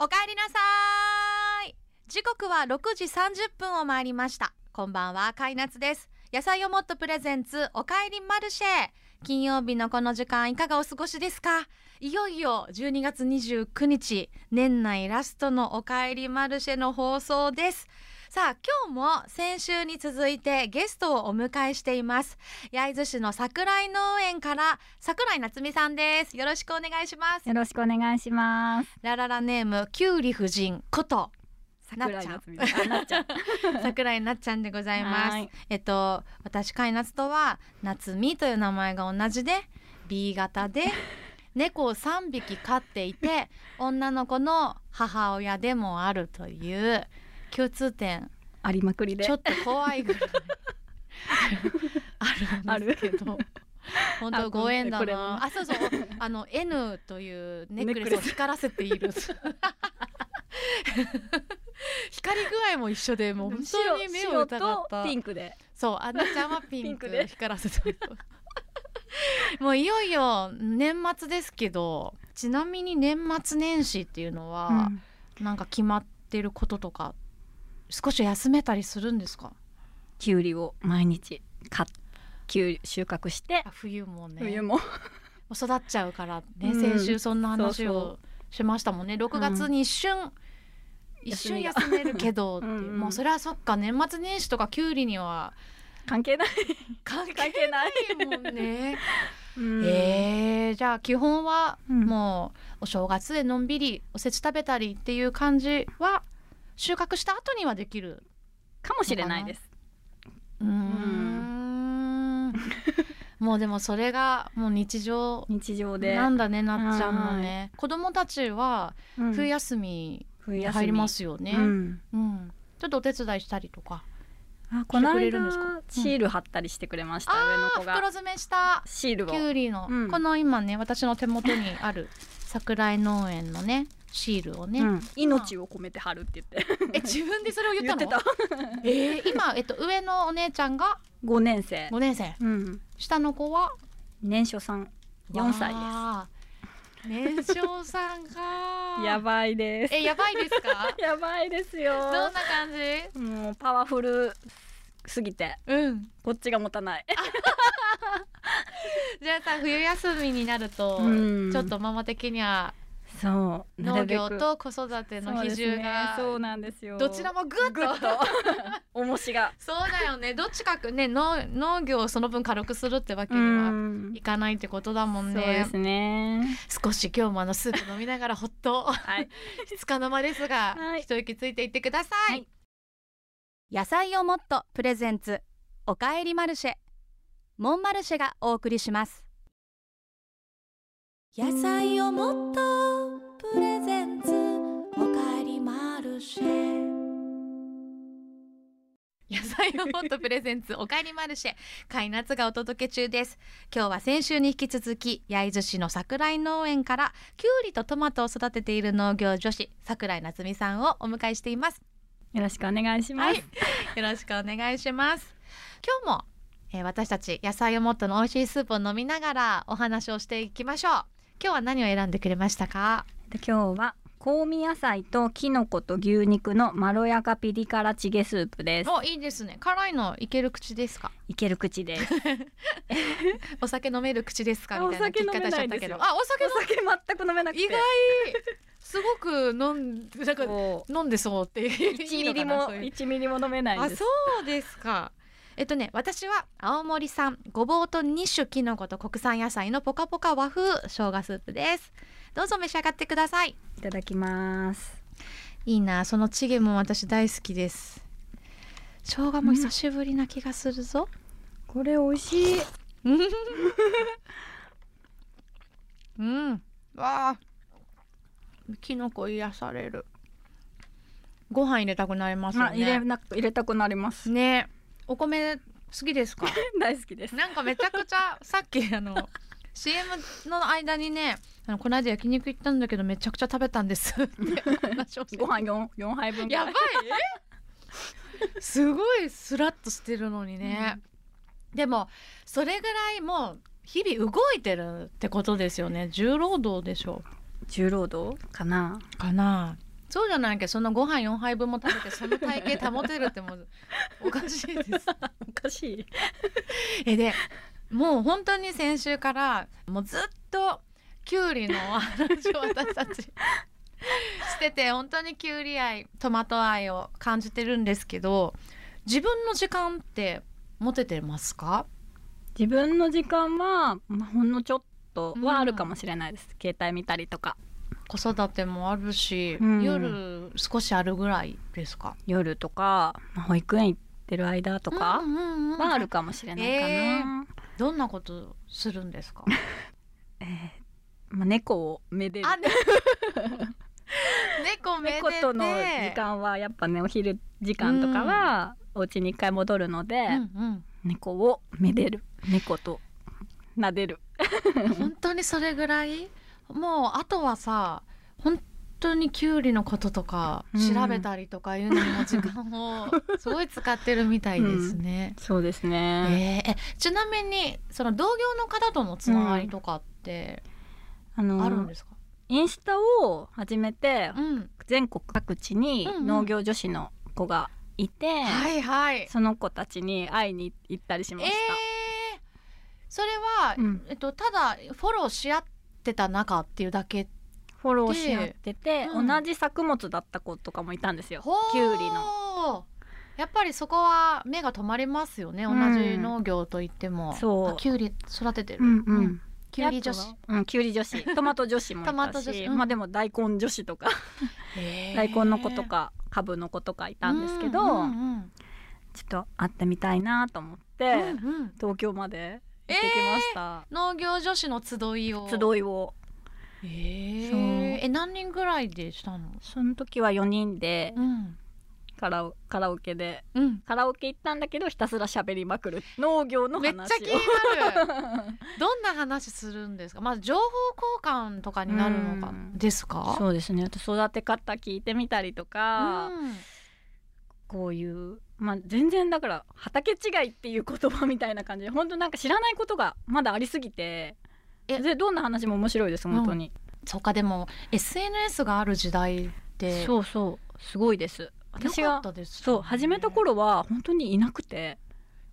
おかえりなさい時刻は6時30分を回りましたこんばんはかいなつです野菜をもっとプレゼンツおかえりマルシェ金曜日のこの時間いかがお過ごしですかいよいよ12月29日年内ラストのおかえりマルシェの放送ですさあ今日も先週に続いてゲストをお迎えしています焼津市の桜井農園から桜井夏美さんですよろしくお願いしますよろしくお願いします。ラララネームきゅうり夫人ことなっちゃん桜井夏美あなっちゃん。 桜井なっちゃんでございますはいえっと私かいなつとは夏美という名前が同じで B 型 で猫を3匹飼っていて女の子の母親でもあるという共通点ありまくりで。ちょっと怖いぐらい あるんですけど本当ご縁だあこれこれなもあそうそうあの N というネックレスを光らせている光り具合も一緒でもう本当に目を疑っ白たとピンクで。そうあんなちゃんはピンクピンクで光らせているもういよいよ年末ですけどちなみに年末年始っていうのは、うんなんか決まってることとか少し休めたりするんですかキュウリを毎日買っキュウリ収穫して、あ冬もね冬ももう育っちゃうからね、うん先週そんな話そうをしましたもんね6月に一瞬、一瞬休休めるけどっていう うんうんもうそれはそっか年末年始とかきゅうりには関係ない。関係関係ない。ないもんね。 うんえー、じゃあ基本はうんもうお正月でのんびりおせち食べたりっていう感じは収穫した後にはできるかもしれないです。うー んもうでもそれがもう日常日常で。なんだねなっちゃんもね子供たちはうん冬休み冬に休み入りますよね、ううんんちょっとお手伝いしたりとかあこのしてくれ間るんですかシール貼ったりしてくれました、上のあ子ー袋が詰めしたシールきゅをうりの、うんこの今ね私の手元にある 桜井農園のねシールをね、うん命を込めて貼るって言ってえ自分でそれを言ったの言ってたえー今、えっと、上のお姉ちゃんが5年生5年生うん下の子は年少さん4歳です年少さんがやばいですえやばいですか やばいですよどんな感じもうパワフルすぎてうんこっちが持たないじゃあさ冬休みになると、うんちょっとママ的にはそう農業と子育ての比重がそう,、そうなんですよどちらもグッとグッと重しがそうだよねどっちかくね農農業をその分軽くするってわけにはんいかないってことだもんそうでねすね少し今日もあのスープ飲みながらほっと はいつかの間ですが、はい一息ついていってください、はい野菜をもっとプレゼンツおかえりマルシェモンマルシェがお送りします野菜をもっとプレゼンツおかえりマルシェ野菜をもっとプレゼンツおかえりマルシェ 海夏がお届け中です今日は先週に引き続き焼津市の桜井農園からきゅうりとトマトを育てている農業女子桜井夏美さんをお迎えしていますよろしくお願いします、はいよろしくお願いします今日も、えー私たち野菜をもっとの美味しいスープを飲みながらお話をしていきましょう今日は何を選んでくれましたかで今日は香味野菜ときのこと牛肉のまろやかピリ辛チゲスープですおいいですね辛いのいける口ですかいける口ですお酒飲める口ですかあみたいな聞きお酒飲方めしちなゃっいんたでけすどよあお酒飲お酒全く飲めなくて意外すごく飲んなんかこう飲んでそうっていう1いいミのかリなもそういう1ミリも飲めないあですそうですか。えっとね私は青森産ごぼうと2種きのこと国産野菜のポカポカ和風生姜スープです。どうぞ召し上がってください。いただきますいいなそのチゲも私大好きです。生姜も久しぶりな気がするぞ。これ美味しいうん。わあ。きのこ癒される。ご飯入れたくなりますよあ入れね。な入れたくなりま すねお米好きですか。大好きですなんかめちゃくちゃさっきあの CM の間にねあのこの間焼肉行ったんだけどめちゃくちゃ食べたんですって話をしてご飯四四杯分ぐらやばいいすごいスラッとしてるのにね、でもそれぐらいもう日々動いてるってことですよね重労働でしょ 重労働かなうかなそうじゃないけどそのご飯4杯分も食べてその体型保てるってもうおかしいですおかしい えでもう本当に先週からもうずっとキュウリのお話を私た ちしてて本当にキュウリ愛トマト愛を感じてるんですけど自分の時間って持ててますか自分の時間は、まあ、ほんのちょっとはあるかもしれないです、携帯見たりとか子育てもあるし、うん夜少しあるぐらいですか夜とか、まあ、保育園行ってる間とかうんうんうんはあるかもしれないかな、どんなことするんですかえー まあ、猫をめでるあ、ね、 猫めでて猫との時間はやっぱねお昼時間とかはお家に一回戻るのうで、ん猫をめでる猫と撫でるうん、本当にそれぐらいもうあとはさ本当にきゅうりのこととかうん調べたりとかいうのにも時間 をすごい使ってるみたいですね。そうですね、えーえちなみにその同業の方とのつながりとかってあのあるんですか、インスタを始めてうん、全国各地にうんうん農業女子の子がいて、はいはい。その子たちに会いに行ったりしました、えーそれは、うんえっと、ただフォローし合ってた仲っていうだけフォローし合ってて、うん同じ作物だった子とかもいたんですよほーきゅうりのやっぱりそこは目が止まりますよね、うん同じ農業といってもそうあきゅうり育ててる、うんううんんきゅうり女子あとはうんきゅうり女子 トマト女子もいトマたト女し、子うんまあでも大根女子とかへー大根の子とか株の子とかいたんですけど、うんうんちょっと会ってみたいなと思って、うんうんうん東京まで行ってきました、農業女子の集いを集いをえそうえ何人ぐらいでしたの、その時は4人でうんカラオカラオケでうん、カラオケ行ったんだけどひたすら喋りまくる農業のめっ話をちゃ気になるどんな話するんですかまず情報交換とかになるのかうんですかそうですねあと育て方聞いてみたりとか、うんこういう、まあ、全然だから畑違いっていう言葉みたいな感じで本当なんか知らないことがまだありすぎてえでどんな話も面白いです本当に、そうかでも SNS がある時代でそうそうすごいです私よかがったですよね、そう始めた頃は本当にいなくて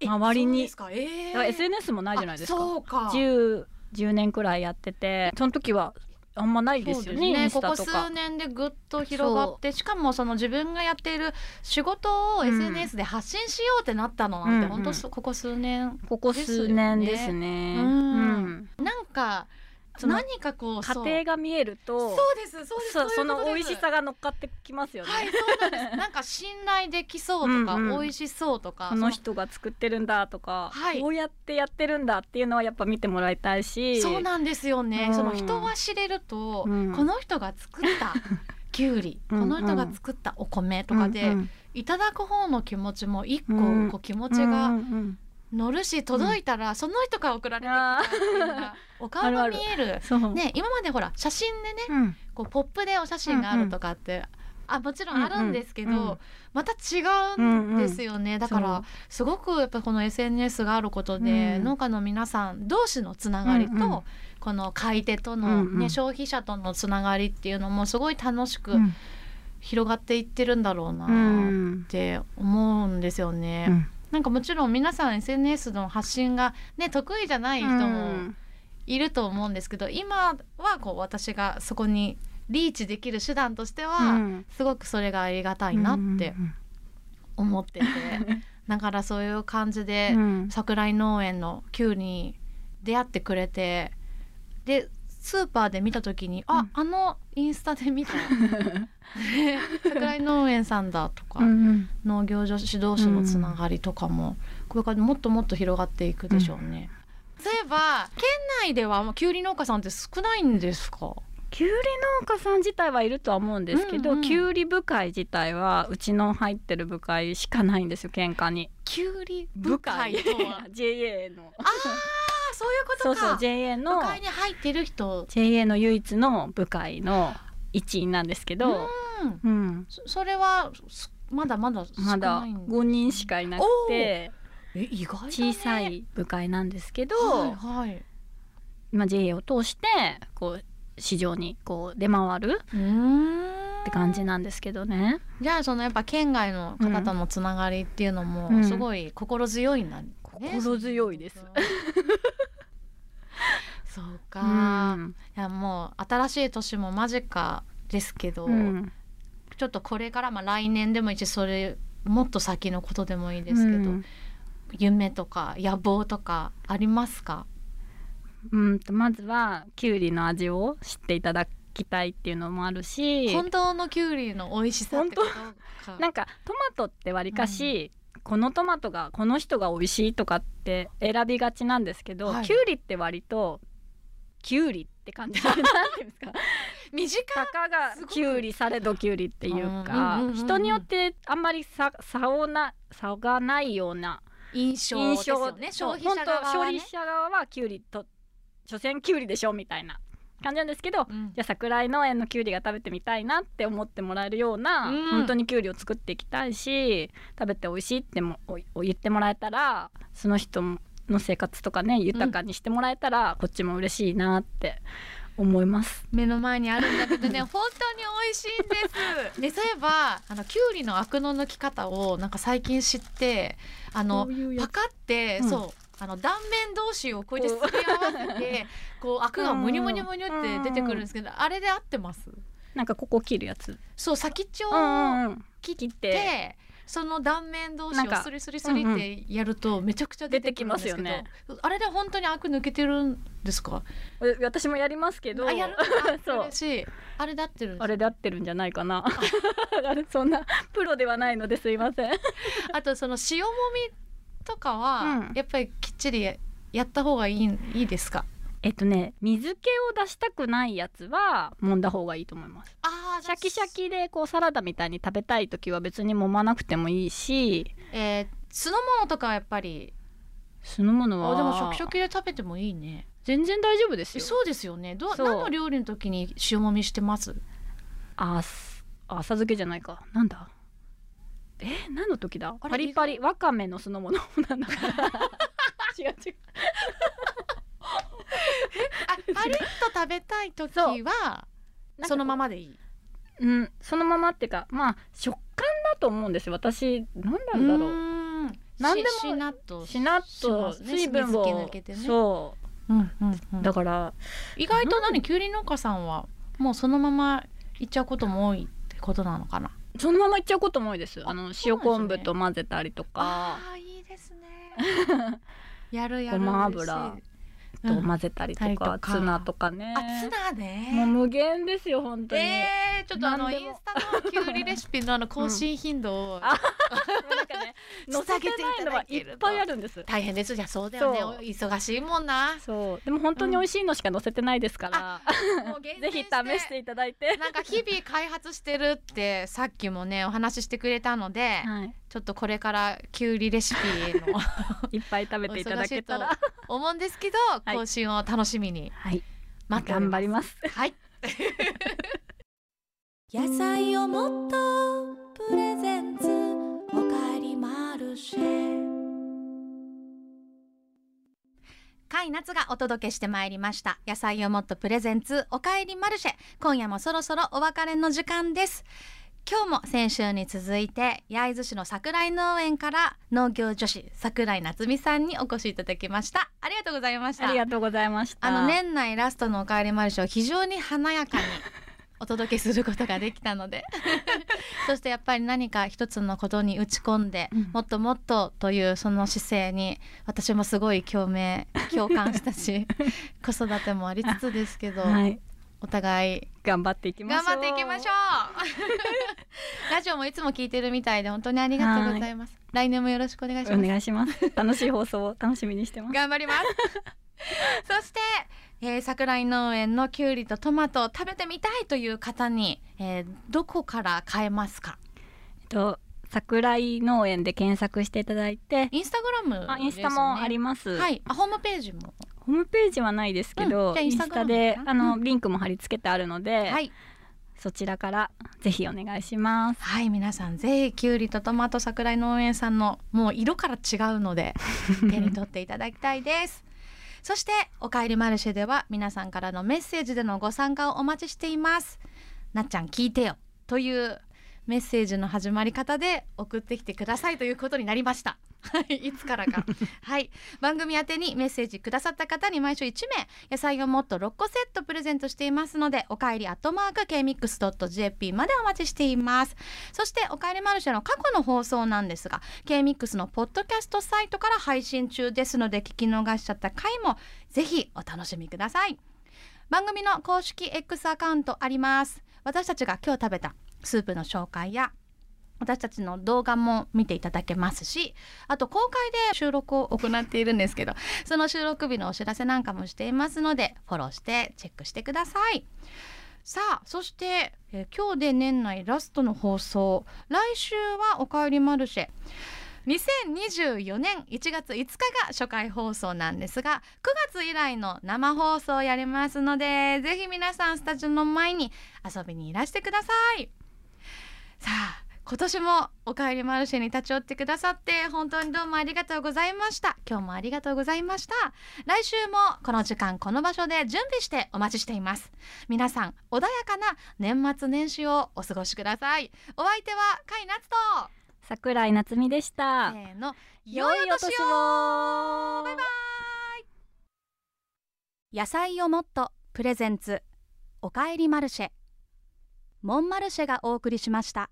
え周りにそうですかえーだから SNS もないじゃないですあかそうか 10, 10年くらいやっててその時はあんまないですよねインスこタこと数か。年でぐっと広がってしかもその自分がやっている仕事をうん SNS で発信しようってなったのなんて、うんうん本当すここ数年ここ数年ですね。うんうんなんかその何かこう家そう庭が見えるそうと、ですそうですそういこそとの美味しですさが乗っかってきますよね。はいそうなんですなんか信頼できそうとかうんうん美味しそうとかこの人が作ってるんだとか、はいこうやってやってるんだっていうのはやっぱ見てもらいたいしそうなんですよね、うんその人は知れると、うんこの人が作 ったきゅうりこうんうんの人が作ったお米とかで、うんうんいただく方の気持ちも一個うんこう気持うちんうがんうん乗るし、届いたらその人から送られてきたっていうのがお顔が見えるそう、ね、今までほら写真でねうんこうポップでお写真があるとかって、あもちろんあるんですけど、うんうんうんまた違うんですよね、だかそらうすごくやっぱこの SNS があることで、うん農家の皆さん同士のつながりと、うんうんこの買い手との、ねうんうん消費者とのつながりっていうのもすごい楽しくうん広がっていってるんだろうなうっんて思うんですよね。うんなんかもちろん皆さん SNS の発信が、ね、得意じゃない人もいると思うんですけど、今はこう私がそこにリーチできる手段としては、うんすごくそれがありがたいなって思ってて、だからそういう感じでうんうん桜井農園の Q に出会ってくれてでスーパーで見た時に「あ、うんあのインスタで見 たね桜井農園さんだ」とか、うんうん農業女子同士のつながりとかも、これからもっともっと広がっていくでしょうね。そういえば県内ではもうきゅうり農家さんって少ないんですかきゅうり農家さん自体はいるとは思うんですけど、うんうんきゅうり部会自体はうちの入ってる部会しかないんですよ県下にきゅうり部会と は JA のああそういうことそかうそう JA 部の会に入ってる人 JA の唯一の部会の一員なんですけど、うんうん、そそれはすまだまだ少まだないん5人しかいなくてえ意外だ、ね、小さい部会なんですけど、はいはいまあ、JA を通してこう市場にこう出回るうーんって感じなんですけどね。じゃあそのやっぱ県外の方とのつながりっていうのうもんすごい心強いんだね、心強いです そうか、うんいやもう新しい年も間近ですけど、うんちょっとこれからまあ来年でもいいしそれもっと先のことでもいいですけど、うん夢とか野望とかありますかうんとまずはきゅうりの味を知っていただきたいっていうのもあるし本当のキュウリの美味しさってことかなんかトマトってわりかし、このトマトがこの人が美味しいとかって選びがちなんですけど、はいきゅうりって割ときゅうりって感じでなんていうんですか短たかがすごくきゅうりされどきゅうりっていうか、うんうんうんうん人によってあんまり差差をな差がないようない印象ですよね消そう費者側本当消は費ね、者側はキュウリと所詮キュウリでしょみたいな感じなんですけどうんじゃあ桜井農園のキュウリが食べてみたいなって思ってもらえるような、うん本当にキュウリを作っていきたいし食べて美味しいってもおお言ってもらえたらその人の生活とかね豊かにしてもらえたら、こっちも嬉しいなって思います。目の前にあるんだけどね本当に美味しいん です。でそういえばあのキュウリのアクの抜き方をなんか最近知ってあのそういうやパつカって、うんそうあの断面同士をこうやってすり合わせてこうアクがムニュムニュムニュって出てくるんですけどあれで合ってますなんかここ切るやつ。そう先っちょうんうんをうん切っで、てその断面同士なんをかスリスリスリってやるとめちゃくちゃ出てきますよ出てね。あれで本当にアク抜けてるんですか？え私もやりますけどあや るのそうか嬉しい。あれで合ってるんですあれで合ってるんじゃないかな。 あれそんなプロではないのですいません。 あとその塩もみとかはうんやっぱりきっちりややった方がいいいいですか。えっとね、水気を出したくないやつは揉んだ方がいいと思います。ああシャキシャ。キでこうサラダみたいに食べたい時は別に揉まなくてもいいし、えー酢の物とかはやっぱり。そのものはあでも食食で食べてもいいね。全然大丈夫ですえよ。そうですよね。どうそう何の料理の時に塩もみしてます。あす浅漬けじゃないか。なんだ。え何の時だあれパリパリわかめのそのもの なんだ 違う違うあパリッと食べたい時そはうなんかこうそのままでいい。うんそのままっていうかまあ食感だと思うんですよ私何なんだろうーん。何でもししなっとしなっとしますね水分水気を、抜けてねそうんうんううんだから、意外と何きゅうり農家さんはもうそのままいっちゃうことも多いってことなのかな。そのままいっちゃうことも多いですあそのうなんですね塩昆布と混ぜたりとか、あーいいですね やるやごるま油嬉しいと混ぜたりとうんか,、たりとかツナとかねうんあツナもうね無限ですよ本当に、 えー、ちょっとあの何イでンもスタのきゅうりレシピのあの更新頻度を、あなんかねつな載せげてていないたのだはいているとっぱいあるんです大変ですじゃあそうだよねそうお忙しいもん なそうでも本当に美味しいのしか載せてないですから、もう厳 ぜ選ひ試していただいて、なんか日々開発してるってさっきもねお話ししてくれたので、 はい、ちょっとこれからきゅうりレシピのいっぱい食べていただけたら、思うんですけどい更新を楽しみにはい、待っており頑ま張すりますはい 野菜をもっとプレゼンツおかえりマルシェ甲斐夏がお届けしてまいりました野菜をもっとプレゼンツおかえりマルシェ今夜もそろそろお別れの時間です今日も先週に続いて焼津市の桜井農園から農業女子桜井夏美さんにお越しいただきましたありがとうございましたありがとうございましたあの年内ラストのおかえりマルシェを非常に華やかにお届けすることができたの でそしてやっぱり何か一つのことに打ち込んで、うんもっともっとというその姿勢に私もすごい共鳴共感した し子育てもありつつですけど、はいお互い頑張っていきましょ頑う張っていきましょ うラジオもいつも聞いてるみたいで本当にありがとうございます来年もよろしくお願いしますお願いします。楽しい放送を楽しみにしてます。頑張ります そして、えー桜井農園のきゅうりとトマトを食べてみたいという方に、えーどこから買えますかえっと桜井農園で検索していただいて、インスタグラムです、ね、あインスタもあります。はいあホームページもホームページはないですけど、うんじゃあイインンスタスグラタムかなであの、うリンクも貼り付けてあるので、はいそちらからぜひお願いします。はい皆さんぜひきゅうりとトマト桜井農園さんのもう色から違うの で手に取っていただきたいですそして「おかえりマルシェ」では皆さんからのメッセージでのご参加をお待ちしていますなっちゃん聞いてよというメッセージの始まり方で送ってきてくださいということになりました。はい、いつから か。はい、番組宛てにメッセージくださった方に毎週1名野菜をもっと6個セットプレゼントしていますのでおかえりアットマーク KMIX.jp までお待ちしていますそしておかえりマルシェの過去の放送なんですが KMIX のポッドキャストサイトから配信中ですので聞き逃しちゃった回もぜひお楽しみください番組の公式 X アカウントあります私たちが今日食べたスープの紹介や私たちの動画も見ていただけますしあと公開で収録を行っているんですけどその収録日のお知らせなんかもしていますのでフォローしてチェックしてくださいさあそして、えー今日で年内ラストの放送来週は「おかえりマルシェ」2024年1月5日が初回放送なんですが9月以来の生放送をやりますのでぜひ皆さんスタジオの前に遊びにいらしてくださいさあ今年も「おかえりマルシェ」に立ち寄ってくださって本当にどうもありがとうございました今日もありがとうございました来週もこの時間この場所で準備してお待ちしています皆さん穏やかな年末年始をお過ごしくださいお相手は甲斐夏と桜井夏美でしたせーの良いお年をバイバイ野菜をもっとプレゼンツおかえりマルシェモンマルシェがお送りしました